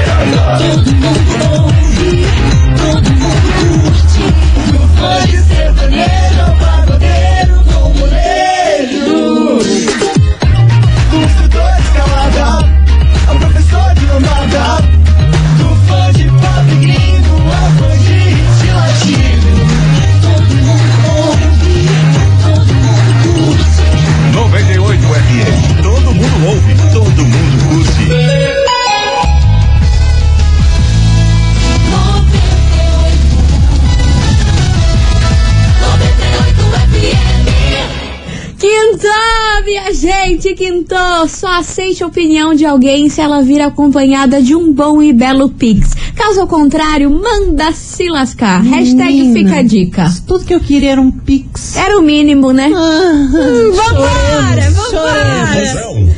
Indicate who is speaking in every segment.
Speaker 1: Todo mundo ouve, todo mundo curte. No fone sertanejo, ao pagodeiro com moleiro. Do instrutor escalada, ao professor de lomada. Do fã de pop gringo, ao fã de hit latino. Todo mundo ouve, todo mundo curte.
Speaker 2: 98 FM. Todo mundo ouve, todo mundo curte.
Speaker 3: Quintou, minha gente, quintou. Só aceite a opinião de alguém se ela vir acompanhada de um bom e belo pix. Caso contrário, manda se lascar. Hashtag
Speaker 4: Menina.
Speaker 3: fica a dica.
Speaker 4: Tudo que eu queria era um pix.
Speaker 3: Era o mínimo, né? Hum, vambora, vambora.
Speaker 2: Confusão.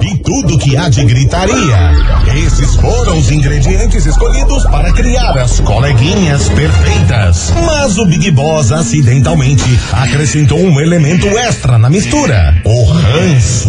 Speaker 2: E tudo que há de gritaria. Esses foram os ingredientes escolhidos para criar as coleguinhas perfeitas. Mas o Big Boss acidentalmente acrescentou um elemento extra na mistura: o ranço.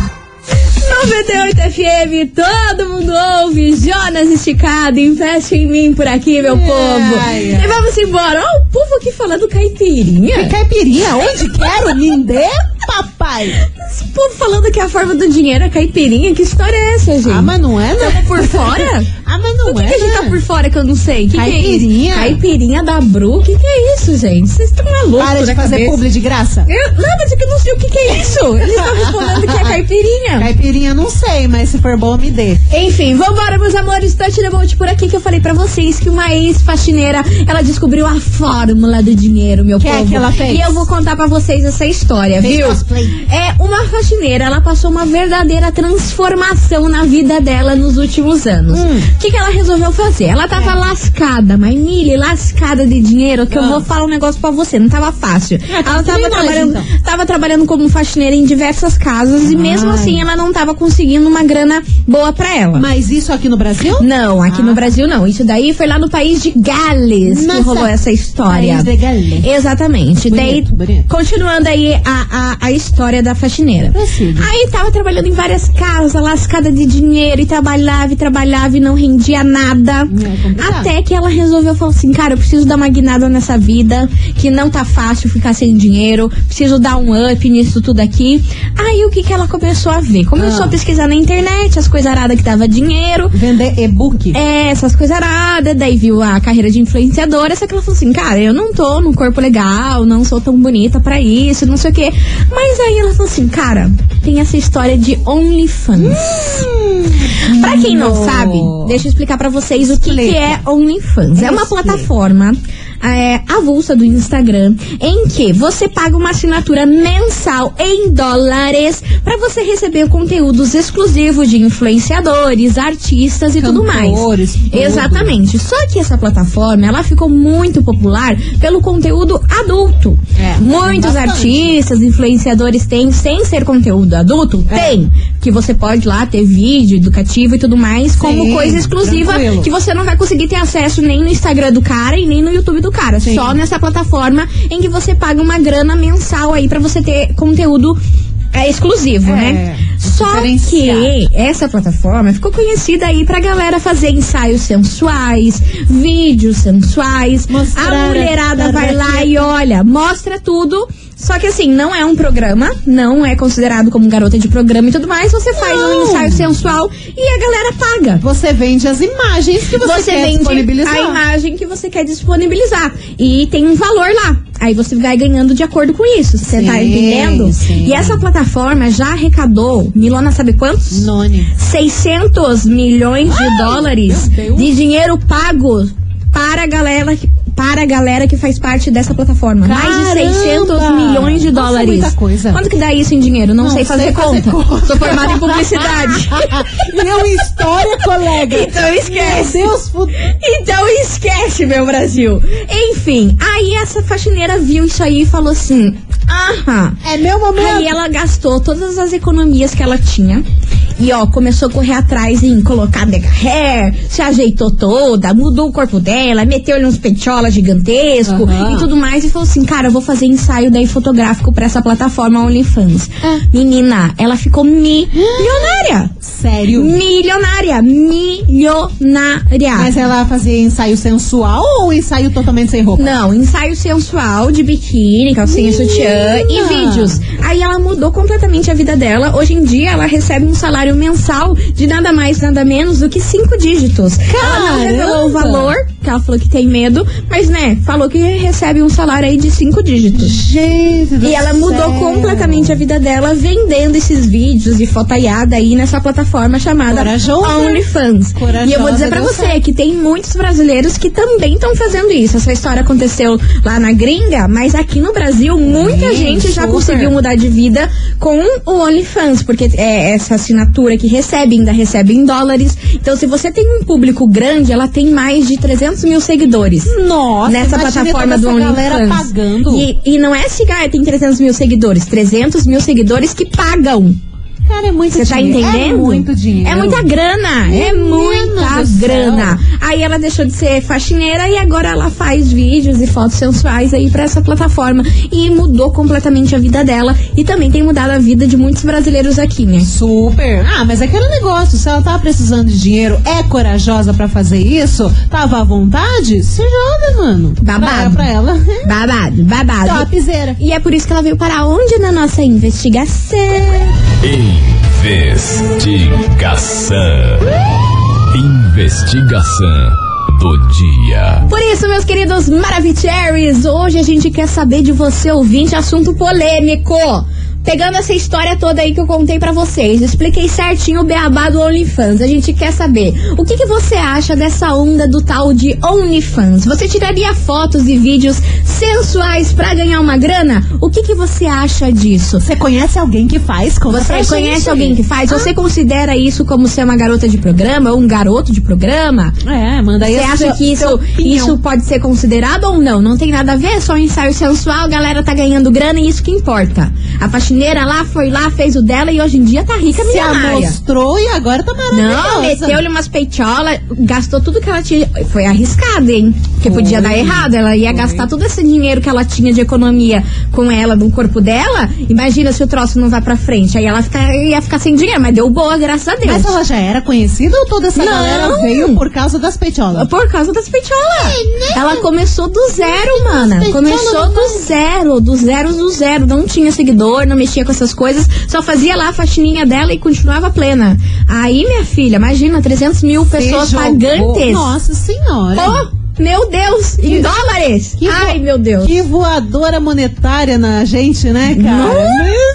Speaker 3: 98 FM, todo mundo ouve. Jonas Esticado, investe em mim por aqui, meu povo.
Speaker 4: ai.
Speaker 3: E vamos embora. Ó, o povo aqui falando caipirinha.
Speaker 4: Caipirinha, onde quero? Me dê, papai.
Speaker 3: Esse povo falando que a forma do dinheiro é caipirinha, que história é essa, gente?
Speaker 4: Ah, mas não é,
Speaker 3: Tamo
Speaker 4: né?
Speaker 3: por fora?
Speaker 4: Ah, mas não
Speaker 3: O que,
Speaker 4: é.
Speaker 3: que a gente tá
Speaker 4: né?
Speaker 3: por fora que eu não sei? Que que é isso?
Speaker 4: Caipirinha.
Speaker 3: Caipirinha da Bru? O que, que é isso, gente? Vocês estão malucos
Speaker 4: Para de
Speaker 3: da
Speaker 4: fazer
Speaker 3: né, cabeça.
Speaker 4: publi de graça.
Speaker 3: Eu, não, mas é que eu não sei o que, que é isso. Eles estão respondendo que é caipirinha.
Speaker 4: Caipirinha, não sei, mas se for bom, me dê.
Speaker 3: Enfim, vambora, meus amores. Tati Bolt por aqui que eu falei pra vocês que uma ex-faxineira ela descobriu a fórmula do dinheiro, meu
Speaker 4: Que é
Speaker 3: povo.
Speaker 4: que ela fez?
Speaker 3: E eu vou contar pra vocês essa história, viu?
Speaker 4: cosplay.
Speaker 3: É uma faxineira, ela passou uma verdadeira transformação na vida dela nos últimos anos.
Speaker 4: Hum.
Speaker 3: O que, que ela resolveu fazer? Ela
Speaker 4: É.
Speaker 3: tava lascada, mas Mili, lascada de dinheiro, que eu
Speaker 4: Ah.
Speaker 3: vou falar um negócio pra você, não tava fácil. ela
Speaker 4: que nem
Speaker 3: tava
Speaker 4: nós,
Speaker 3: trabalhando,
Speaker 4: então.
Speaker 3: tava trabalhando como faxineira em diversas casas e mesmo assim ela não tava conseguindo uma grana boa pra ela.
Speaker 4: Mas isso aqui no Brasil? Ah.
Speaker 3: Não, aqui no Brasil não. Isso daí foi lá no país de Gales
Speaker 4: Nossa,
Speaker 3: que rolou essa história.
Speaker 4: país de Gales.
Speaker 3: Exatamente. daí,
Speaker 4: Bonito, bonito.
Speaker 3: continuando aí a, a, a história da faxineira.
Speaker 4: Prossiga.
Speaker 3: Aí tava trabalhando em várias casas, lascada de dinheiro, e trabalhava, e trabalhava, e não rendia nada.
Speaker 4: É complicado.
Speaker 3: Até que ela resolveu falar assim, cara, eu preciso dar uma guinada nessa vida, que não tá fácil ficar sem dinheiro, preciso dar um up nisso tudo aqui. Aí o que que ela começou a ver? Começou
Speaker 4: Ah.
Speaker 3: a pesquisar na internet, as coisas aradas que dava dinheiro,
Speaker 4: Vender e-book.
Speaker 3: é, essas coisas aradas, daí viu a carreira de influenciadora, só que ela falou assim, cara, eu não tô num corpo legal, não sou tão bonita pra isso, não sei o quê. Mas aí ela falou assim, cara, tem essa história de OnlyFans. Pra quem não sabe, deixa eu explicar pra vocês o que, que é OnlyFans. É uma
Speaker 4: Explica.
Speaker 3: plataforma é, avulsa do Instagram em que você paga uma assinatura mensal em dólares pra você receber conteúdos exclusivos de influenciadores, artistas e tudo mais.
Speaker 4: Cantores, tudo.
Speaker 3: Exatamente. Só que essa plataforma, ela ficou muito popular pelo conteúdo adulto.
Speaker 4: É,
Speaker 3: Muitos
Speaker 4: bastante.
Speaker 3: artistas, influenciadores têm, sem ser conteúdo adulto,
Speaker 4: É.
Speaker 3: tem. Que você pode lá ter vídeo educativo e tudo mais, como
Speaker 4: Sim,
Speaker 3: coisa exclusiva
Speaker 4: tranquilo.
Speaker 3: que você não vai conseguir ter acesso nem no Instagram do cara e nem no YouTube do cara.
Speaker 4: Sim.
Speaker 3: Só nessa plataforma em que você paga uma grana mensal aí pra você ter conteúdo é, exclusivo,
Speaker 4: É,
Speaker 3: né? Só que
Speaker 4: diferenciado.
Speaker 3: essa plataforma ficou conhecida aí pra galera fazer ensaios sensuais, vídeos sensuais.
Speaker 4: Mostrar
Speaker 3: a mulherada
Speaker 4: a
Speaker 3: vai lá e olha, mostra tudo. Só que assim, não é um programa, não é considerado como garota de programa e tudo mais. Você faz um
Speaker 4: Não.
Speaker 3: ensaio sensual e a galera paga
Speaker 4: Você vende as imagens que você,
Speaker 3: você
Speaker 4: quer
Speaker 3: vende
Speaker 4: disponibilizar.
Speaker 3: a imagem que você quer disponibilizar. E tem um valor lá. Aí você vai ganhando de acordo com isso. Você tá
Speaker 4: Sim,
Speaker 3: entendendo?
Speaker 4: sim.
Speaker 3: E essa plataforma já arrecadou, Milona sabe quantos?
Speaker 4: Noni.
Speaker 3: 600 milhões de dólares
Speaker 4: meu Deus.
Speaker 3: de dinheiro pago para a galera que para a galera que faz parte dessa plataforma. Mais de
Speaker 4: Caramba!
Speaker 3: 600 milhões de
Speaker 4: Nossa, é
Speaker 3: dólares.
Speaker 4: muita coisa.
Speaker 3: Quanto que dá isso em dinheiro? Não,
Speaker 4: Não
Speaker 3: sei fazer,
Speaker 4: sei fazer
Speaker 3: conta.
Speaker 4: conta.
Speaker 3: Sou formada em publicidade.
Speaker 4: Meu história, colega.
Speaker 3: então esquece.
Speaker 4: Meu Deus, É fud...
Speaker 3: Então esquece, meu Brasil. Enfim, aí essa faxineira viu isso aí e falou assim: aham.
Speaker 4: é meu momento.
Speaker 3: Aí ela gastou todas as economias que ela tinha. E ó, começou a correr atrás em colocar mega hair, se ajeitou toda, mudou o corpo dela, meteu-lhe uns petiolas gigantesco
Speaker 4: Aham.
Speaker 3: e tudo mais. E falou assim, cara, eu vou fazer ensaio daí fotográfico pra essa plataforma OnlyFans.
Speaker 4: É.
Speaker 3: Menina, ela ficou milionária.
Speaker 4: Sério?
Speaker 3: Milionária, milionária.
Speaker 4: Mas ela fazia ensaio sensual ou ensaio totalmente sem roupa?
Speaker 3: Não, ensaio sensual de biquíni, calcinha sutiã e
Speaker 4: Menina!
Speaker 3: vídeos. Aí ela mudou completamente a vida dela. Hoje em dia ela recebe um salário mensal de nada mais, nada menos do que cinco dígitos. Ela não revelou o
Speaker 4: Caramba!
Speaker 3: valor, que ela falou que tem medo, mas né, falou que recebe um salário aí de cinco dígitos.
Speaker 4: Gente do
Speaker 3: E ela mudou
Speaker 4: céu.
Speaker 3: completamente a vida dela vendendo esses vídeos e fotaiada aí nessa plataforma chamada
Speaker 4: Corajosa.
Speaker 3: OnlyFans.
Speaker 4: Corajosa,
Speaker 3: e eu vou dizer pra
Speaker 4: deu
Speaker 3: você
Speaker 4: certo.
Speaker 3: que tem muitos brasileiros que também estão fazendo isso. Essa história aconteceu lá na gringa, mas aqui no Brasil muita
Speaker 4: Sim,
Speaker 3: gente já
Speaker 4: super.
Speaker 3: conseguiu mudar de vida com o OnlyFans, porque é essa assinatura que recebe, ainda recebe em dólares. Então se você tem um público grande, ela tem mais de 300 mil seguidores
Speaker 4: Nossa,
Speaker 3: nessa
Speaker 4: imagina
Speaker 3: plataforma do
Speaker 4: toda essa
Speaker 3: OnlyFans.
Speaker 4: galera tá pagando.
Speaker 3: E, e não é se ah, tem 300 mil seguidores, 300 mil seguidores que pagam.
Speaker 4: Cara, é muito
Speaker 3: Você tá
Speaker 4: dinheiro.
Speaker 3: entendendo?
Speaker 4: É muito dinheiro.
Speaker 3: É muita grana. é
Speaker 4: Menino
Speaker 3: muita
Speaker 4: do céu.
Speaker 3: grana. Aí ela deixou de ser faxineira e agora ela faz vídeos e fotos sensuais aí pra essa plataforma. E mudou completamente a vida dela. E também tem mudado a vida de muitos brasileiros aqui, né?
Speaker 4: Super. Ah, mas é aquele negócio, se ela tá precisando de dinheiro, é corajosa pra fazer isso, tava à vontade, se joga, mano.
Speaker 3: Babado.
Speaker 4: Pra ela. pra ela.
Speaker 3: Babado, babado.
Speaker 4: Topzera.
Speaker 3: E é por isso que ela veio para onde na nossa investigação.
Speaker 5: Investigação. Investigação do dia.
Speaker 3: Por isso, meus queridos Maravicheries, hoje a gente quer saber de você, ouvinte, assunto polêmico. Pegando essa história toda aí que eu contei pra vocês, expliquei certinho o beabá do OnlyFans. A gente quer saber o que, que você acha dessa onda do tal de OnlyFans. Você tiraria fotos e vídeos sensuais pra ganhar uma grana? O que, que você acha disso?
Speaker 4: Você conhece alguém que faz? Conta pra
Speaker 3: Você
Speaker 4: gente.
Speaker 3: conhece alguém que faz? Você considera isso como ser uma garota de programa ou um garoto de programa?
Speaker 4: É, manda aí
Speaker 3: Você
Speaker 4: a
Speaker 3: acha
Speaker 4: sua- sua
Speaker 3: que isso,
Speaker 4: opinião.
Speaker 3: isso pode ser considerado ou não? Não tem nada a ver, é só um ensaio sensual, a galera tá ganhando grana e isso que importa. A faxineira lá foi lá, fez o dela e hoje em dia tá rica
Speaker 4: se
Speaker 3: milionária.
Speaker 4: amostrou e agora tá maravilhosa.
Speaker 3: Não, meteu-lhe umas peitiolas, gastou tudo que ela tinha. Foi arriscada, hein? Porque podia dar errado. Ela ia gastar todo esse dinheiro que ela tinha de economia com ela, no corpo dela. Imagina se o troço não vai pra frente. Aí ela fica- ia ficar sem dinheiro, mas deu boa, graças a Deus.
Speaker 4: Mas ela já era conhecida ou toda essa
Speaker 3: Não.
Speaker 4: galera veio por causa das peitolas?
Speaker 3: Ah, Por causa das peitiolas. Ela começou do zero, mana.
Speaker 4: peitiolas
Speaker 3: Começou
Speaker 4: não.
Speaker 3: né? do zero, do zero, do zero. Não tinha seguidor, não mexia com essas coisas. Só fazia lá a faxininha dela e continuava plena. Aí, minha filha, imagina, 300 mil pessoas
Speaker 4: Se jogou.
Speaker 3: pagantes.
Speaker 4: Nossa senhora.
Speaker 3: Oh, meu Deus, em dólares.
Speaker 4: Que vo-
Speaker 3: Ai, meu Deus.
Speaker 4: Que voadora monetária na gente, né, cara?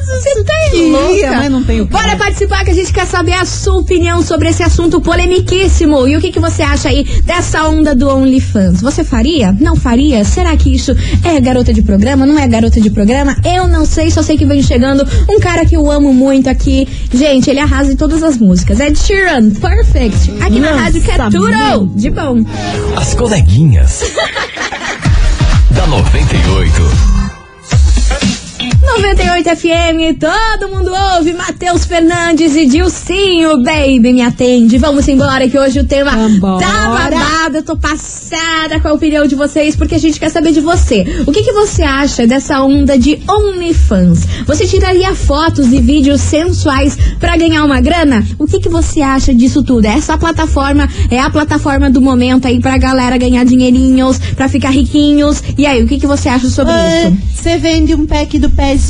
Speaker 3: Você tá
Speaker 4: queria,
Speaker 3: louca.
Speaker 4: mas né? não tem o que.
Speaker 3: Bora participar que a gente quer saber a sua opinião sobre esse assunto polemiquíssimo. E o que, que você acha aí dessa onda do OnlyFans? Você faria? Não faria? Será que isso é garota de programa? Não é garota de programa? Eu não sei, só sei que vem chegando um cara que eu amo muito aqui. Gente, ele arrasa em todas as músicas. Ed Sheeran, Perfect. Aqui na rádio que é tudo de bom.
Speaker 5: As coleguinhas. da 98.
Speaker 3: 98 FM, todo mundo ouve. Matheus Fernandes e Dilcinho, baby, me atende. Vamos embora que hoje o tema
Speaker 4: Vambora.
Speaker 3: tá babado. Eu tô passada com a opinião de vocês porque a gente quer saber de você. O que, que você acha dessa onda de OnlyFans? Você tiraria fotos e vídeos sensuais pra ganhar uma grana? O que, que você acha disso tudo? É Essa plataforma é a plataforma do momento aí pra galera ganhar dinheirinhos, pra ficar riquinhos. E aí, o que, que você acha sobre
Speaker 4: É.
Speaker 3: isso?
Speaker 4: Ah, Você vende um pack do pezinho.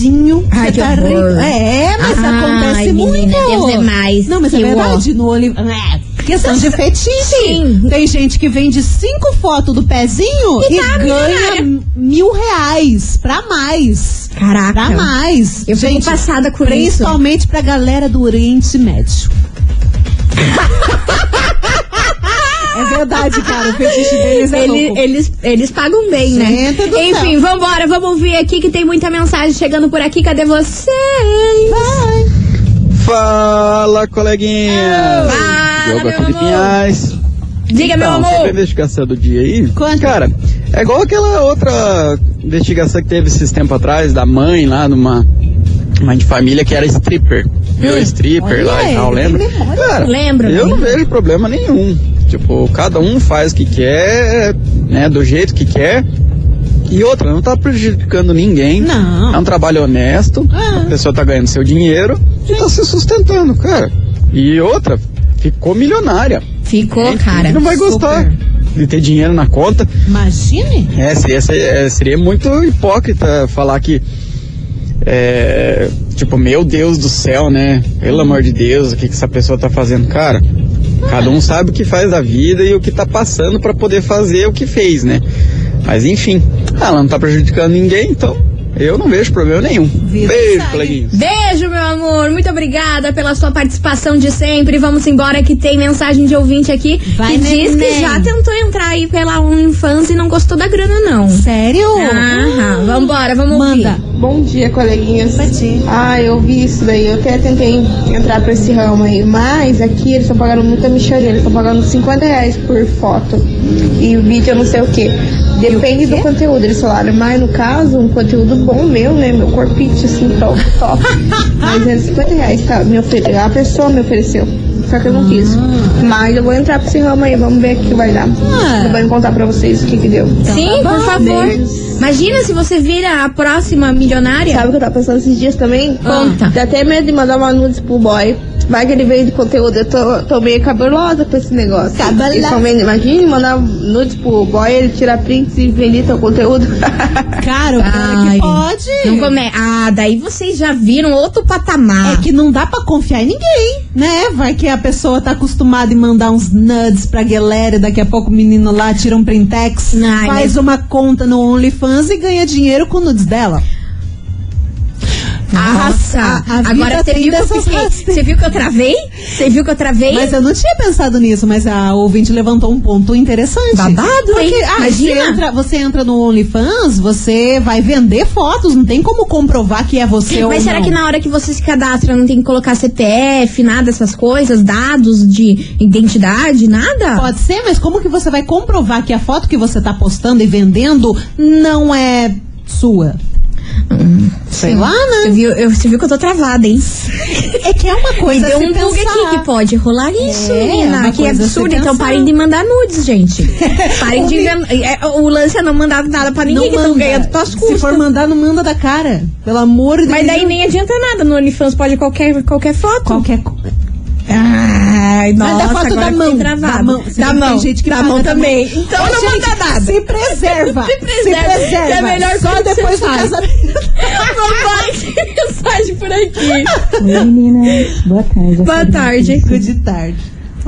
Speaker 3: Ai,
Speaker 4: você
Speaker 3: que
Speaker 4: tá
Speaker 3: horror.
Speaker 4: rico. É, mas
Speaker 3: Ai,
Speaker 4: acontece muito.
Speaker 3: menina, Deus é mais.
Speaker 4: Não, mas é
Speaker 3: Que
Speaker 4: verdade. No olho. É. Questão de fetiche.
Speaker 3: Sim.
Speaker 4: Tem gente que vende cinco fotos do pezinho
Speaker 3: E
Speaker 4: e,
Speaker 3: tá milionária.
Speaker 4: ganha mil reais pra mais.
Speaker 3: Caraca.
Speaker 4: Pra mais.
Speaker 3: Eu fico
Speaker 4: gente,
Speaker 3: passada com isso.
Speaker 4: Principalmente pra galera do Oriente Médio. é verdade, cara. O fetiche deles é
Speaker 3: Ele-
Speaker 4: louco.
Speaker 3: eles, eles pagam bem, né?
Speaker 4: Gente do
Speaker 3: Enfim, vambora, vamos ouvir aqui que tem muita mensagem chegando por aqui. Cadê vocês?
Speaker 6: Fala, coleguinha!
Speaker 3: Fala,
Speaker 6: Diogo
Speaker 3: meu
Speaker 6: aqui de
Speaker 3: amor.
Speaker 6: Pinhais.
Speaker 3: Diga, meu
Speaker 6: Então, sobre a
Speaker 3: amor.
Speaker 6: investigação do dia aí,
Speaker 4: Conta.
Speaker 6: cara, é igual aquela outra investigação que teve esses tempos atrás, da mãe lá numa mãe de família que era stripper. Meu stripper lá
Speaker 4: Hum, olha,
Speaker 6: e tal,
Speaker 4: ele
Speaker 6: lembra?
Speaker 4: tem memória.
Speaker 6: Cara,
Speaker 3: Lembro,
Speaker 6: eu não
Speaker 3: lembro.
Speaker 6: vejo problema nenhum. Tipo, cada um faz o que quer, né, do jeito que quer. E outra, não tá prejudicando ninguém.
Speaker 4: Não.
Speaker 6: É um trabalho honesto,
Speaker 4: Ah.
Speaker 6: a pessoa tá ganhando seu dinheiro e tá se sustentando, cara. E outra, ficou milionária.
Speaker 3: Ficou,
Speaker 6: Gente,
Speaker 3: cara.
Speaker 6: quem Não vai
Speaker 4: Super.
Speaker 6: gostar de ter dinheiro na conta.
Speaker 4: Imagine.
Speaker 6: É, seria, seria- seria muito hipócrita falar que. é, tipo, meu Deus do céu, né? Pelo amor de Deus, o que, que essa pessoa tá fazendo? Cara, cada um sabe o que faz da vida e o que tá passando pra poder fazer o que fez, né? Mas enfim, ela não tá prejudicando ninguém, então eu não vejo problema nenhum.
Speaker 4: Vida
Speaker 6: Beijo,
Speaker 4: segue.
Speaker 6: coleguinhas.
Speaker 3: Beijo, meu amor. Muito obrigada pela sua participação de sempre. Vamos embora que tem mensagem de ouvinte aqui
Speaker 4: Vai,
Speaker 3: que diz que
Speaker 4: neném.
Speaker 3: já tentou entrar aí pela OnlyFans e não gostou da grana, não.
Speaker 4: Sério?
Speaker 3: Aham, vambora, vamos
Speaker 4: Hum. Manda.
Speaker 3: ouvir.
Speaker 7: Bom dia, coleguinhas.
Speaker 4: Bom dia.
Speaker 7: Ah, eu vi isso daí. Eu até tentei entrar pra esse ramo aí, mas aqui eles estão pagando muita micharia. Eles estão pagando 50 reais por foto e vídeo, eu não sei o que. Depende do conteúdo, eles falaram. Mas no caso, um conteúdo bom meu, né? Meu corpite, assim, top, top. mas é 50 reais, tá? Me ofereceu. A pessoa me ofereceu. Só que eu não quis. Mas eu vou entrar pra esse ramo aí. Vamos ver o que vai dar.
Speaker 4: Ah.
Speaker 7: Eu vou contar pra vocês o que que deu.
Speaker 3: Sim,
Speaker 4: tá
Speaker 3: por
Speaker 4: bom.
Speaker 3: favor.
Speaker 7: Beijos.
Speaker 3: Imagina se você vira a próxima milionária.
Speaker 7: Sabe o que eu tava pensando esses dias também?
Speaker 3: Conta.
Speaker 7: Dá até medo de mandar uma nudes pro boy. Vai que ele veio de conteúdo. Eu tô, tô meio cabelosa com esse negócio.
Speaker 4: Cabelosa.
Speaker 7: Eles tão vendo- Imagina mandar nudes pro boy, ele tira prints e vende teu conteúdo.
Speaker 4: Cara, o cara
Speaker 3: Ai.
Speaker 4: que pode.
Speaker 3: Não come... Ah, daí vocês já viram outro patamar.
Speaker 4: É que não dá pra confiar em ninguém, né? Vai que a pessoa tá acostumada em mandar uns nudes pra galera e daqui a pouco o menino lá tira um printex,
Speaker 3: Ai,
Speaker 4: faz uma conta no OnlyFans e ganha dinheiro com nudes dela.
Speaker 3: Arrasar.
Speaker 4: A- a vida
Speaker 3: Agora você
Speaker 4: tem
Speaker 3: viu que eu
Speaker 4: dessas
Speaker 3: fiquei.
Speaker 4: rastas.
Speaker 3: Você viu que eu travei? Você viu que eu travei?
Speaker 4: Mas eu não tinha pensado nisso, mas a ouvinte levantou um ponto interessante.
Speaker 3: Babado,
Speaker 4: Porque,
Speaker 3: hein?
Speaker 4: ah,
Speaker 3: Imagina.
Speaker 4: Você entra, você entra no OnlyFans, você vai vender fotos, não tem como comprovar que é você ou
Speaker 3: Mas será
Speaker 4: não.
Speaker 3: que na hora que você se cadastra não tem que colocar CPF, nada, essas coisas, dados de identidade, nada?
Speaker 4: Pode ser, mas como que você vai comprovar que a foto que você tá postando e vendendo não é sua?
Speaker 3: Hum,
Speaker 4: Sei lá,
Speaker 3: Você
Speaker 4: né?
Speaker 3: viu, eu- você viu que eu tô travada, hein?
Speaker 4: É que é uma
Speaker 3: Me
Speaker 4: coisa
Speaker 3: deu
Speaker 4: a se
Speaker 3: um bug
Speaker 4: pensar.
Speaker 3: aqui que pode rolar isso,
Speaker 4: É,
Speaker 3: menina.
Speaker 4: uma
Speaker 3: Que
Speaker 4: coisa a se
Speaker 3: absurdo. Então
Speaker 4: pensar.
Speaker 3: parem de mandar nudes, gente. Parem de enganar. é, O lance é não mandar nada pra ninguém que estão ganhando tuas
Speaker 4: Se for
Speaker 3: custas.
Speaker 4: mandar, não manda da cara. Pelo amor de Deus.
Speaker 3: Mas daí nem adianta nada. No OnlyFans pode qualquer, qualquer foto.
Speaker 4: Qualquer coisa.
Speaker 3: Ai, nossa,
Speaker 4: Mas da foto
Speaker 3: agora
Speaker 4: da
Speaker 3: eu fiquei
Speaker 4: mão.
Speaker 3: travada.
Speaker 4: Da mão. Você
Speaker 3: Da
Speaker 4: vê que
Speaker 3: mão,
Speaker 4: tem gente que
Speaker 3: da
Speaker 4: paga
Speaker 3: mão
Speaker 4: da
Speaker 3: também.
Speaker 4: mão.
Speaker 3: Então
Speaker 4: Ô,
Speaker 3: não
Speaker 4: gente,
Speaker 3: manda nada.
Speaker 4: Se preserva.
Speaker 3: Se preserva. É a melhor
Speaker 4: Só
Speaker 3: coisa que
Speaker 4: depois
Speaker 3: você
Speaker 4: do
Speaker 3: faz.
Speaker 4: casamento.
Speaker 3: Vamos lá, tem mensagem por aqui.
Speaker 8: Oi meninas, boa tarde. assim.
Speaker 3: Boa tarde.
Speaker 4: Fico de tarde.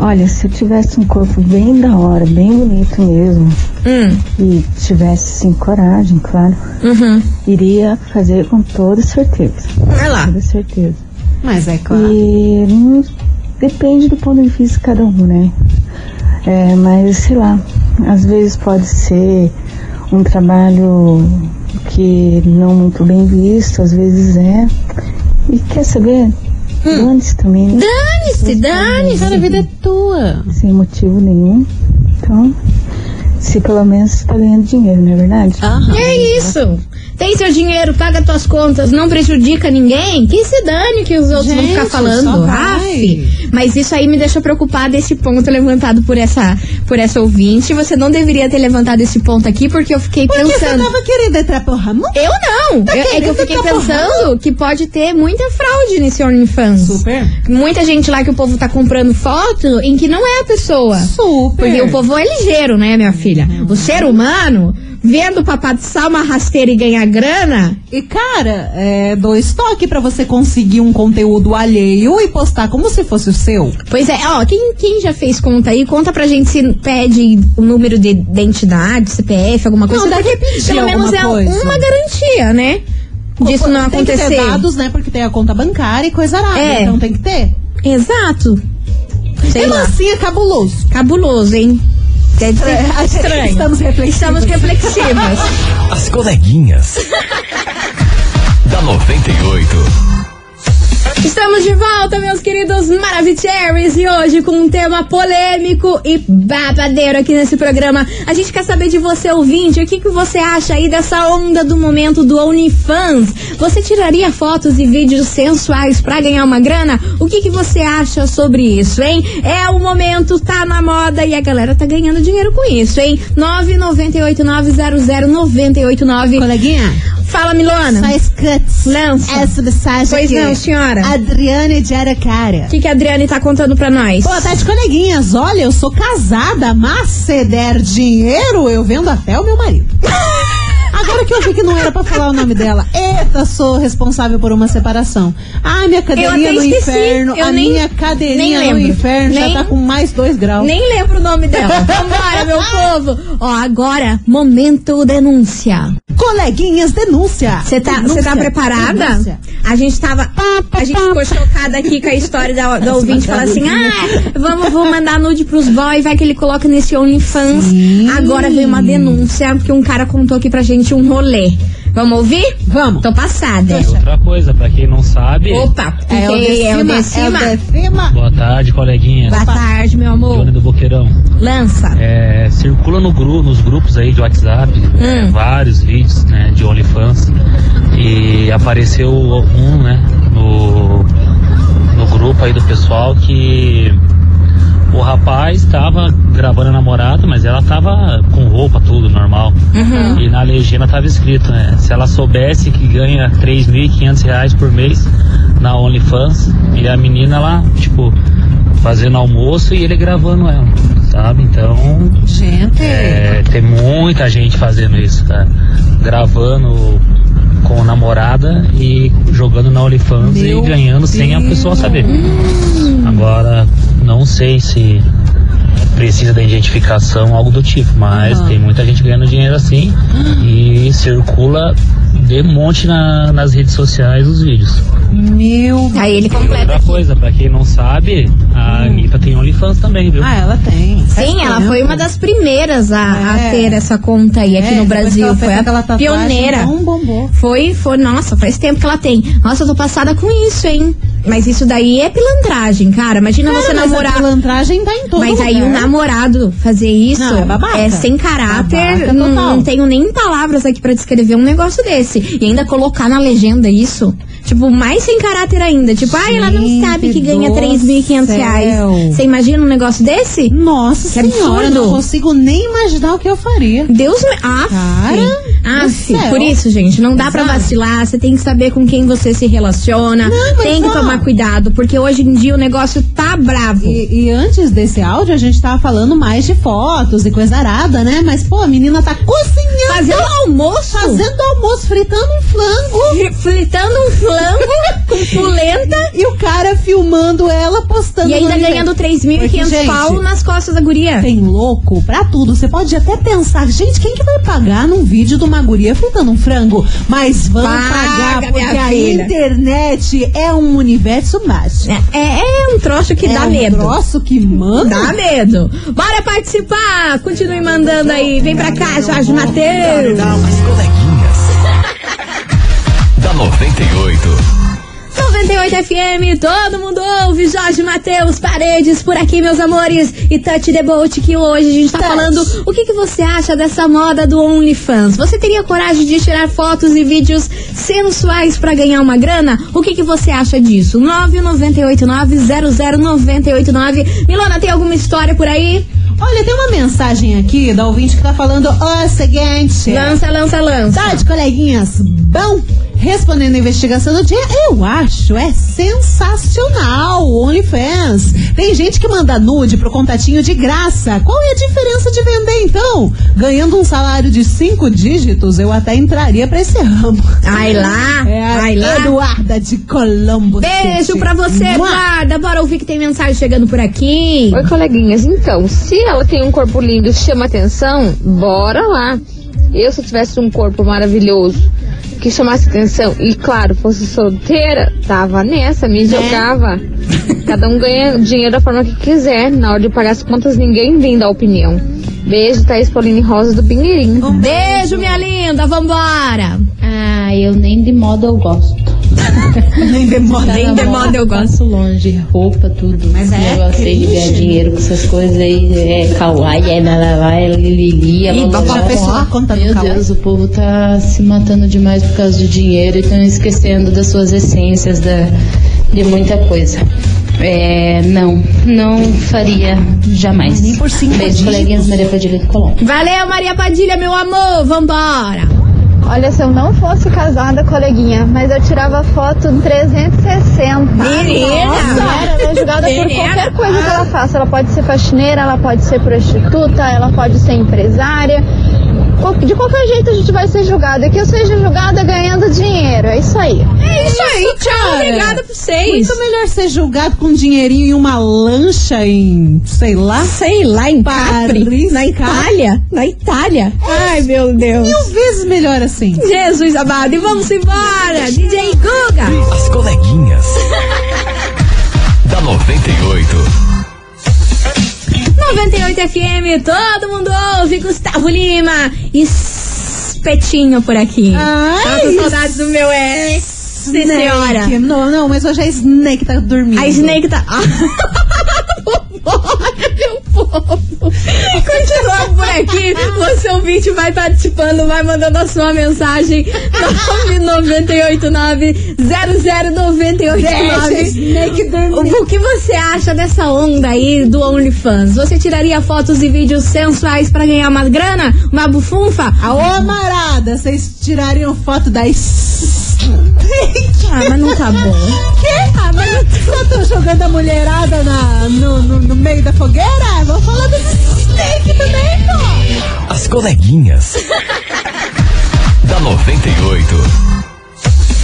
Speaker 8: Olha, se eu tivesse um corpo bem da hora, bem bonito mesmo,
Speaker 3: Hum,
Speaker 8: e tivesse sim coragem, claro,
Speaker 3: uhum.
Speaker 8: iria fazer com toda certeza.
Speaker 3: Vai lá.
Speaker 8: Toda certeza.
Speaker 4: Mas é claro.
Speaker 8: E hum, depende do ponto de vista de cada um, né? É, mas sei lá, às vezes pode ser um trabalho que não muito bem visto, às vezes é. E quer saber?
Speaker 3: Hum.
Speaker 8: Antes também, né?
Speaker 3: Dane-se,
Speaker 4: Cara, a
Speaker 3: dane-se.
Speaker 4: vida é tua.
Speaker 8: sem motivo nenhum. Então, se pelo menos está ganhando dinheiro, não é verdade?
Speaker 3: É isso. Tem seu dinheiro, paga tuas contas, não prejudica ninguém. Que se dane que os outros vão
Speaker 4: Gente,
Speaker 3: ficar
Speaker 4: só
Speaker 3: falando.
Speaker 4: vai.
Speaker 3: Aff. Mas isso aí me deixou preocupada esse ponto levantado por essa, por essa ouvinte. Você não deveria ter levantado esse ponto aqui porque eu fiquei
Speaker 4: Porque você tá
Speaker 3: pensando.
Speaker 4: tava querendo entrar pro Ramon?
Speaker 3: Eu não.
Speaker 4: Tá
Speaker 3: Eu- é que eu
Speaker 4: querendo
Speaker 3: fiquei
Speaker 4: tá
Speaker 3: pensando que pode ter muita fraude nesse OnlyFans.
Speaker 4: Super.
Speaker 3: Muita gente lá que o povo tá comprando foto em que não é a pessoa.
Speaker 4: Super. Uhum.
Speaker 3: Porque o povo é ligeiro, né, minha filha? O ser humano, vendo o papado sal uma rasteira e ganhar grana,
Speaker 4: E cara, é, dou estoque pra você conseguir um conteúdo alheio e postar como se fosse o seu.
Speaker 3: Pois é, ó, quem, quem já fez conta aí, conta pra gente se pede o número de identidade, CPF, alguma coisa.
Speaker 4: Não, deve
Speaker 3: porque
Speaker 4: pedir
Speaker 3: pelo menos
Speaker 4: alguma
Speaker 3: é
Speaker 4: coisa.
Speaker 3: uma garantia, né? Disso não
Speaker 4: tem que
Speaker 3: acontecer.
Speaker 4: ter dados, né? Porque tem a conta bancária e coisa arada.
Speaker 3: É.
Speaker 4: Então tem que ter.
Speaker 3: Exato. Sei
Speaker 4: e
Speaker 3: lá.
Speaker 4: lancinha cabuloso.
Speaker 3: Cabuloso, hein? Deve ser
Speaker 4: É,
Speaker 3: estranho.
Speaker 4: Estamos reflexivos.
Speaker 3: Estamos reflexivas.
Speaker 5: As coleguinhas. da 98.
Speaker 3: Estamos de volta, meus queridos Maravicheries, e hoje com um tema polêmico e babadeiro aqui nesse programa. A gente quer saber de você, ouvinte, o que, que você acha aí dessa onda do momento do OnlyFans? Você tiraria fotos e vídeos sensuais pra ganhar uma grana? O que, que você acha sobre isso, hein? É o momento, tá na moda e a galera tá ganhando dinheiro com isso, hein? 998900989.
Speaker 4: Coleguinha,
Speaker 3: Fala, Milona.
Speaker 4: só escuts.
Speaker 3: Lança.
Speaker 4: Essa mensagem
Speaker 3: Pois
Speaker 4: aqui.
Speaker 3: não, senhora.
Speaker 4: Adriane de Aracara.
Speaker 3: O que, que a Adriane tá contando pra nós?
Speaker 4: Boa tarde, coleguinhas. Olha, eu sou casada, mas se der dinheiro, eu vendo até o meu marido. Agora que eu vi que não era pra falar o nome dela. Eita, sou responsável por uma separação. Ah, minha cadeirinha
Speaker 3: até
Speaker 4: no
Speaker 3: esqueci.
Speaker 4: inferno.
Speaker 3: Eu
Speaker 4: a
Speaker 3: nem-
Speaker 4: minha cadeirinha
Speaker 3: nem
Speaker 4: no
Speaker 3: lembro.
Speaker 4: inferno
Speaker 3: Nem-
Speaker 4: já tá com mais dois graus.
Speaker 3: Nem lembro o nome dela. Vambora, meu povo. Ó, agora, momento denúncia.
Speaker 4: Coleguinhas, denúncia.
Speaker 3: Você tá,
Speaker 4: Denúncia.
Speaker 3: cê tá preparada?
Speaker 4: Denúncia.
Speaker 3: A gente tava. A gente ficou chocada aqui com a história da, da ouvinte falar assim: ah, vamos, vou mandar nude pros boys, vai que ele coloca nesse OnlyFans. Agora veio uma denúncia, porque um cara contou aqui pra gente um rolê. Vamos ouvir?
Speaker 4: Vamos.
Speaker 3: Tô passada.
Speaker 9: É Outra coisa, pra quem não sabe.
Speaker 3: Opa,
Speaker 4: É o de
Speaker 3: fiquei- é o de cima.
Speaker 4: É o de cima.
Speaker 9: Boa tarde, coleguinha.
Speaker 3: Boa tarde, meu amor.
Speaker 9: Johnny do Boqueirão.
Speaker 3: Lança.
Speaker 9: É, circula no gru, nos grupos aí de WhatsApp é, vários vídeos né, de OnlyFans. E apareceu um, né, no, no grupo aí do pessoal que o rapaz estava gravando a namorada, mas ela tava com roupa, tudo normal. E na legenda tava escrito, né? Se ela soubesse que ganha 3.500 reais por mês na OnlyFans, e a menina lá, tipo, fazendo almoço e ele gravando ela, sabe? Então,
Speaker 4: Gente.
Speaker 9: é, tem muita gente fazendo isso, cara. Gravando com namorada e jogando na OnlyFans
Speaker 4: Meu
Speaker 9: e ganhando sem a pessoa saber. Agora, não sei se precisa da identificação, algo do tipo, mas tem muita gente ganhando dinheiro assim e circula de monte na- nas redes sociais os vídeos.
Speaker 4: Meu.
Speaker 3: Aí ele
Speaker 9: E
Speaker 4: É,
Speaker 3: completa.
Speaker 9: outra coisa, pra quem não sabe, a Anitta tem OnlyFans também, viu?
Speaker 4: Hum. Ah, ela tem. Faz
Speaker 3: Sim, ela
Speaker 4: tempo.
Speaker 3: foi uma das primeiras a, a
Speaker 4: É.
Speaker 3: ter essa conta aí aqui
Speaker 4: É,
Speaker 3: no
Speaker 4: depois que
Speaker 3: Brasil.
Speaker 4: ela fez
Speaker 3: Foi
Speaker 4: aquela
Speaker 3: a
Speaker 4: tatuagem,
Speaker 3: pioneira.
Speaker 4: então bombou.
Speaker 3: Foi, foi, nossa, faz tempo que ela tem. Nossa, eu tô passada com isso, hein? Mas isso daí é pilantragem, cara. Imagina
Speaker 4: Cara,
Speaker 3: você
Speaker 4: É, mas
Speaker 3: namorar.
Speaker 4: A pilantragem tá em todo
Speaker 3: Mas aí um o
Speaker 4: lugar.
Speaker 3: namorado fazer isso
Speaker 4: Não, é babaca.
Speaker 3: sem caráter.
Speaker 4: Babaca
Speaker 3: Não,
Speaker 4: total.
Speaker 3: não tenho nem palavras aqui pra descrever um negócio desse. E ainda colocar na legenda isso. Tipo, mais sem caráter ainda. Tipo, ai, ela não
Speaker 4: Gente
Speaker 3: sabe que ganha
Speaker 4: do
Speaker 3: 3.500 reais.
Speaker 4: céu.
Speaker 3: Você imagina um negócio desse?
Speaker 4: Nossa
Speaker 3: Que
Speaker 4: senhora, eu não
Speaker 3: absurdo.
Speaker 4: consigo nem imaginar o que eu faria.
Speaker 3: Deus me. Aff.
Speaker 4: Cara
Speaker 3: Aff.
Speaker 4: do céu.
Speaker 3: Por isso, gente, não dá pra
Speaker 4: Exato.
Speaker 3: vacilar. Você tem que saber com quem você se relaciona.
Speaker 4: Não, mas
Speaker 3: tem que
Speaker 4: ó.
Speaker 3: tomar cuidado, porque hoje em dia o negócio tá bravo.
Speaker 4: E, e antes desse áudio, a gente tava falando mais de fotos e coisa arada, né? Mas, pô, a menina tá cozinhando,
Speaker 3: Fazendo almoço.
Speaker 4: fazendo almoço, fritando um flango.
Speaker 3: Fritando um flango com polenta.
Speaker 4: E o cara filmando ela, postando
Speaker 3: E ainda
Speaker 4: no
Speaker 3: ganhando
Speaker 4: Porque,
Speaker 3: 3.500
Speaker 4: gente,
Speaker 3: pau nas costas da guria.
Speaker 4: Tem louco pra tudo. Você pode até pensar, gente, quem que vai pagar num vídeo de uma guria fritando um frango? Mas vão
Speaker 3: Paga,
Speaker 4: pagar, porque
Speaker 3: minha
Speaker 4: a
Speaker 3: filha.
Speaker 4: internet é um universo mágico.
Speaker 3: É, é um troço que
Speaker 4: É
Speaker 3: dá
Speaker 4: um
Speaker 3: medo.
Speaker 4: troço que manda.
Speaker 3: Dá medo. Bora participar. Continue mandando aí. Vem pra cá, Jorge Matheus.
Speaker 5: As coleguinhas. da 98.
Speaker 3: 98 FM, todo mundo ouve. Jorge Matheus, paredes por aqui, meus amores. E Touch the Boat, que hoje a gente tá falando o que, que você acha dessa moda do OnlyFans. Você teria coragem de tirar fotos e vídeos sensuais pra ganhar uma grana? O que, que você acha disso? 998900989. Milona, tem alguma história por aí?
Speaker 4: Olha, tem uma mensagem aqui da ouvinte que tá falando o seguinte.
Speaker 3: Lança, lança, lança.
Speaker 4: Tarde, coleguinhas. Bom, respondendo a investigação do dia, eu acho é sensacional o OnlyFans. Tem gente que manda nude pro contatinho de graça. Qual é a diferença de vender, então? Ganhando um salário de cinco dígitos, eu até entraria pra esse ramo.
Speaker 3: Ai lá,
Speaker 4: É a
Speaker 3: ai lá.
Speaker 4: Eduarda de Colombo.
Speaker 3: Beijo
Speaker 4: City.
Speaker 3: pra você,
Speaker 4: Mua.
Speaker 3: Eduarda. Bora ouvir que tem mensagem chegando por aqui.
Speaker 10: Oi, coleguinhas. Então, se ela tem um corpo lindo e chama atenção, bora lá. Eu, se eu tivesse um corpo maravilhoso que chamasse atenção e, claro, fosse solteira, tava nessa,
Speaker 11: Né?
Speaker 10: me jogava. Cada um ganha dinheiro da forma que quiser. Na hora de pagar as contas, ninguém vem dar opinião. Beijo, Thaís Pauline Rosa do Pinheirinho.
Speaker 3: Um beijo, minha linda. Vambora.
Speaker 11: Ah, eu nem de moda eu gosto.
Speaker 4: Nem demora.
Speaker 3: Nem de moda eu gosto.
Speaker 11: Passo longe, roupa, tudo. Mas
Speaker 4: é,
Speaker 11: Eu gostei de ganhar dinheiro com essas coisas aí. É kawaii, é nalalá, é lilili, é
Speaker 4: Ih,
Speaker 11: lalalá.
Speaker 4: já fechou a conta do
Speaker 11: Meu
Speaker 4: kawaii.
Speaker 11: Deus, o povo tá se matando demais por causa do dinheiro e estão esquecendo das suas essências, da, de muita coisa. É, não, não faria jamais.
Speaker 4: Nem por cinco
Speaker 11: Beijo,
Speaker 4: dígitos.
Speaker 11: coleguinhas Maria Padilha do Colombo.
Speaker 3: Valeu, Maria Padilha, meu amor. Vambora.
Speaker 7: Olha, se eu não fosse casada, coleguinha, mas eu tirava foto em 360.
Speaker 3: Menina.
Speaker 7: Nossa, era, ela é julgada por
Speaker 3: Menina.
Speaker 7: qualquer coisa que ela faça. Ela pode ser faxineira, ela pode ser prostituta, ela pode ser empresária. Qual- De qualquer jeito a gente vai ser julgada. Que eu seja julgada ganhando dinheiro. É isso aí.
Speaker 3: É isso aí, tchau. Obrigada pra vocês.
Speaker 4: Muito Então, melhor ser julgado com um dinheirinho em uma lancha em, sei lá.
Speaker 3: Sei lá, em Capri,
Speaker 4: Paris,
Speaker 3: na Itália. Na Itália. Ai, meu Deus.
Speaker 4: Mil vezes melhor assim.
Speaker 3: Jesus amado. E vamos embora. DJ Guga.
Speaker 5: As coleguinhas. da 98.
Speaker 3: 98 FM, todo mundo ouve. Gustavo Lima. Espetinho por aqui.
Speaker 4: Ai,
Speaker 3: Tava com saudades do meu ex. né, Sim, é senhora.
Speaker 4: Tá, Snake. Não, não, mas hoje a Snake tá dormindo.
Speaker 3: A Snake tá. Ah. Vambora, meu povo! Continuamos por aqui. Você ouvinte vai participando, vai mandando a sua mensagem. 998900989. O que você acha dessa onda aí do OnlyFans? Você tiraria fotos e vídeos sensuais pra ganhar uma grana? Uma bufunfa?
Speaker 4: Ah, Ô, marada, vocês tirariam foto da Snake?
Speaker 3: Ah, mas não tá bom.
Speaker 4: Quê? Ah, mas eu tô- eu tô jogando a mulherada na, no, no, no meio da fogueira? Vou falar da Snake também, pô.
Speaker 5: As coleguinhas. da 98.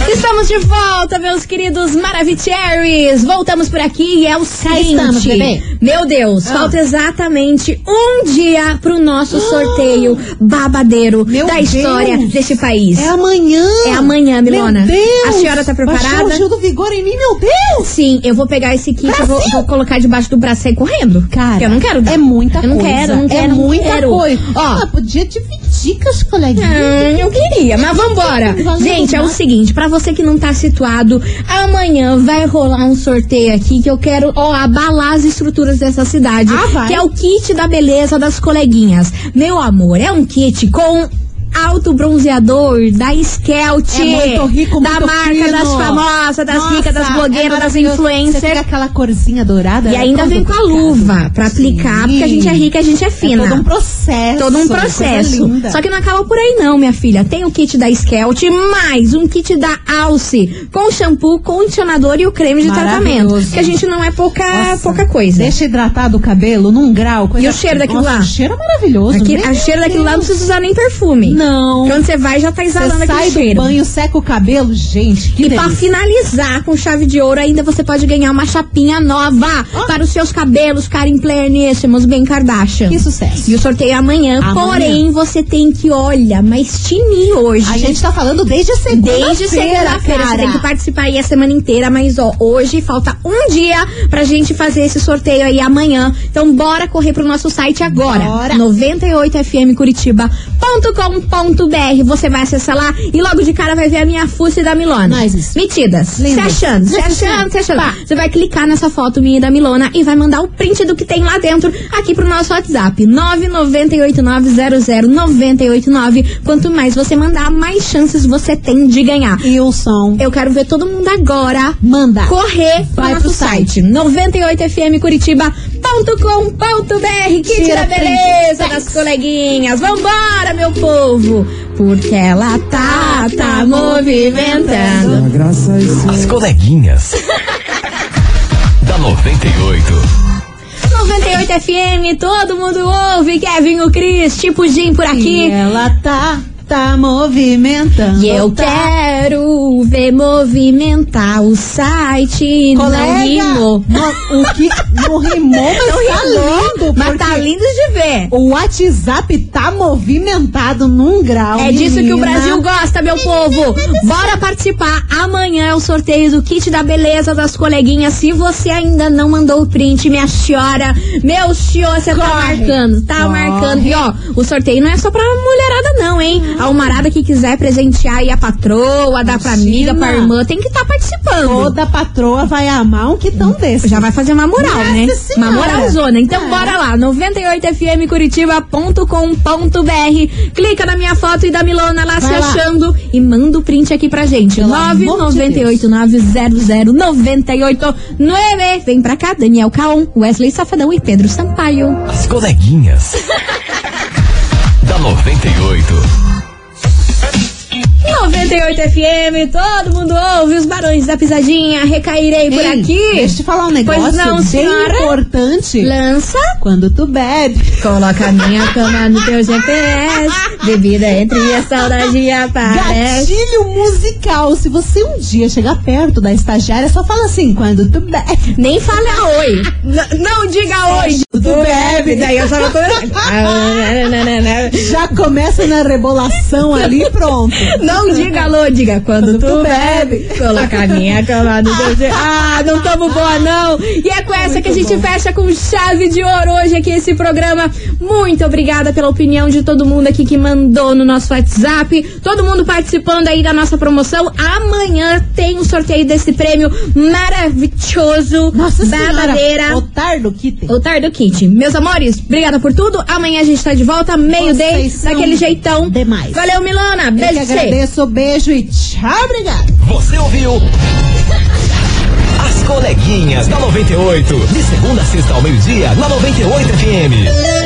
Speaker 3: Estamos de volta, meus queridos Maravicheries. Voltamos por aqui e é o seguinte.
Speaker 4: estamos, bebê.
Speaker 3: Meu Deus,
Speaker 4: Ah.
Speaker 3: falta exatamente um dia pro nosso sorteio babadeiro da história
Speaker 4: Deus.
Speaker 3: deste país.
Speaker 4: É amanhã.
Speaker 3: É amanhã, Milona.
Speaker 4: Meu Deus.
Speaker 3: A senhora tá
Speaker 4: Baixou o
Speaker 3: preparada?
Speaker 4: Gil do Vigor em mim, meu Deus.
Speaker 3: Sim, eu vou pegar esse kit e vou, vou colocar debaixo do braço e sair correndo.
Speaker 4: Cara,
Speaker 3: eu não quero.
Speaker 4: É muita
Speaker 3: Eu não
Speaker 4: coisa.
Speaker 3: quero, eu não
Speaker 4: É
Speaker 3: quero, eu não
Speaker 4: muita
Speaker 3: quero.
Speaker 4: coisa.
Speaker 3: Ó.
Speaker 4: Ah, podia dividir com as coleguinhas.
Speaker 3: Hum, eu queria, mas vambora.
Speaker 4: Valeu,
Speaker 3: Gente, é o
Speaker 4: né?
Speaker 3: seguinte, pra você que não tá situado, amanhã vai rolar um sorteio aqui que eu quero, ó, abalar as estruturas dessa cidade,
Speaker 4: Ah, vai.
Speaker 3: que é o kit da beleza das coleguinhas. Meu amor, é um kit com alto bronzeador da Skelt,
Speaker 4: É muito rico,
Speaker 3: da
Speaker 4: muito
Speaker 3: marca
Speaker 4: fino.
Speaker 3: das famosas, das
Speaker 4: Nossa,
Speaker 3: ricas, das blogueiras,
Speaker 4: é
Speaker 3: das
Speaker 4: maravilhoso.
Speaker 3: influencers.
Speaker 4: Você fica aquela corzinha dourada.
Speaker 3: E
Speaker 4: é
Speaker 3: ainda
Speaker 4: todo
Speaker 3: vem com a
Speaker 4: delicado.
Speaker 3: luva pra aplicar, porque a gente é rica, a gente é fina.
Speaker 4: É todo um processo.
Speaker 3: Todo um
Speaker 4: uma né? coisa
Speaker 3: processo.
Speaker 4: linda.
Speaker 3: Só que não acaba por aí, não, minha filha. Tem o kit da Skelt, mais um kit da Alce, com shampoo, condicionador e o creme de tratamento.
Speaker 4: Maravilhoso.
Speaker 3: Que a gente não é pouca,
Speaker 4: Nossa,
Speaker 3: pouca coisa.
Speaker 4: Deixa hidratado o cabelo num grau. coisa
Speaker 3: E o cheiro
Speaker 4: assim.
Speaker 3: daquilo
Speaker 4: Nossa,
Speaker 3: lá?
Speaker 4: O cheiro é maravilhoso.
Speaker 3: Aqui,
Speaker 4: Meu
Speaker 3: a cheiro daquilo lá não
Speaker 4: Deus.
Speaker 3: precisa usar nem perfume.
Speaker 4: Não.
Speaker 3: Quando você vai, já tá exalando
Speaker 4: Você
Speaker 3: aquele
Speaker 4: sai do
Speaker 3: cheiro.
Speaker 4: banho, seca o cabelo. Gente, que
Speaker 3: e
Speaker 4: delícia.
Speaker 3: pra finalizar com chave de ouro, ainda você pode ganhar uma chapinha nova
Speaker 4: Ah.
Speaker 3: para os seus cabelos ficarem pleníssimos, bem Kardashian.
Speaker 4: Que sucesso.
Speaker 3: E o sorteio é amanhã,
Speaker 4: Amanhã.
Speaker 3: porém você tem que, olha, mas tinir hoje.
Speaker 4: A gente tá falando desde segunda-feira,
Speaker 3: Desde segunda-feira, você
Speaker 4: cara.
Speaker 3: tem que participar aí a semana inteira, mas ó, hoje falta um dia pra gente fazer esse sorteio aí amanhã. Então bora correr pro nosso site agora.
Speaker 4: Bora.
Speaker 3: 98fmcuritiba.com.br. Você vai acessar lá e logo de cara vai ver a minha fuça e da Milona.
Speaker 4: Nós, isso.
Speaker 3: Metidas. Se
Speaker 4: Lindas.
Speaker 3: achando, se achando, se achando. Você vai clicar nessa foto minha e da Milona e vai mandar o print do que tem lá dentro aqui pro nosso WhatsApp. 998900989. Quanto mais você mandar, mais chances você tem de ganhar.
Speaker 4: E o som
Speaker 3: Eu quero ver todo mundo agora
Speaker 4: manda.
Speaker 3: correr
Speaker 4: Vai
Speaker 3: pro nosso
Speaker 4: pro
Speaker 3: site 98fmcuritiba.com.br que tira
Speaker 4: Tira
Speaker 3: a beleza das coleguinhas. Vambora, meu povo! Porque ela tá, tá movimentando.
Speaker 5: As coleguinhas. da 98.
Speaker 3: 98 FM, todo mundo ouve. Kevin, o Cris, tipo Jim por
Speaker 4: E
Speaker 3: aqui.
Speaker 4: ela tá, tá movimentando.
Speaker 3: E eu
Speaker 4: tá.
Speaker 3: quero ver movimentar o site.
Speaker 4: Colega,
Speaker 3: Não rimou.
Speaker 4: no- o que não rimou, mas
Speaker 3: Não
Speaker 4: tá
Speaker 3: rimou,
Speaker 4: lindo.
Speaker 3: Mas
Speaker 4: porque
Speaker 3: tá lindo de ver.
Speaker 4: O WhatsApp tá movimentado num grau.
Speaker 3: É disso que o
Speaker 4: menina.
Speaker 3: Brasil gosta, meu povo. Bora participar. Amanhã é o sorteio do kit da beleza das coleguinhas. Se você ainda não mandou o print, minha senhora, meu senhor, você tá
Speaker 4: Corre.
Speaker 3: marcando, tá
Speaker 4: Corre.
Speaker 3: marcando. E ó, o sorteio não é só pra mulherada não, hein? A almarada que quiser presentear aí a patroa, dar pra
Speaker 4: Imagina.
Speaker 3: amiga, pra irmã, tem que estar participando.
Speaker 4: Toda patroa vai amar um quitão desse.
Speaker 3: Já vai fazer uma moral,
Speaker 4: Nossa
Speaker 3: né?
Speaker 4: Senhora.
Speaker 3: Uma moralzona. Então
Speaker 4: É.
Speaker 3: bora lá, 98fmcuritiba.com.br. Clica na minha foto e da Milona lá se
Speaker 4: Vai lá.
Speaker 3: achando e manda o print aqui pra gente.
Speaker 4: Pelo amor de
Speaker 3: 998900989. Vem pra cá, Daniel Caon, Wesley Safadão e Pedro Sampaio.
Speaker 5: As coleguinhas. da 98.
Speaker 3: 98 FM, todo mundo ouve os barões da pisadinha. Recairei por
Speaker 4: Ei,
Speaker 3: aqui.
Speaker 4: Deixa eu te falar um negócio
Speaker 3: Pois não,
Speaker 4: bem
Speaker 3: senhora?
Speaker 4: importante.
Speaker 3: Lança.
Speaker 4: Quando tu bebe.
Speaker 3: Coloca a minha cama no teu GPS. Bebida entre e a saudade aparece.
Speaker 4: Gatilho musical. Se você um dia chegar perto da estagiária, só fala assim: quando tu bebe.
Speaker 3: Nem fale a oi. N- não diga oi.
Speaker 4: Tu bebe.
Speaker 3: Daí eu já tô.
Speaker 4: Já começa na rebolação ali e pronto.
Speaker 3: Não diga alô, diga quando tu bebe. Coloca a minha cama no teu GPS. Ah, não tomo boa não. E é com essa que a gente fecha com chave de ouro hoje aqui esse programa. Muito obrigada pela opinião de todo mundo aqui que mandou no nosso WhatsApp. Todo mundo participando aí da nossa promoção. Amanhã tem o sorteio desse prêmio maravilhoso.
Speaker 4: Nossa
Speaker 3: babadeira.
Speaker 4: senhora. Otardo Kitten.
Speaker 3: O Tardo Kit. Meus amores, obrigada por tudo. Amanhã a gente tá de volta, meio-day,
Speaker 4: Vocês são
Speaker 3: daquele jeitão.
Speaker 4: demais.
Speaker 3: Valeu, Milana.
Speaker 4: Eu que
Speaker 3: Beijo pra você.
Speaker 4: agradeço, beijo e tchau, obrigada.
Speaker 5: Você ouviu? As coleguinhas da 98. De segunda a sexta ao meio-dia, na 98 FM.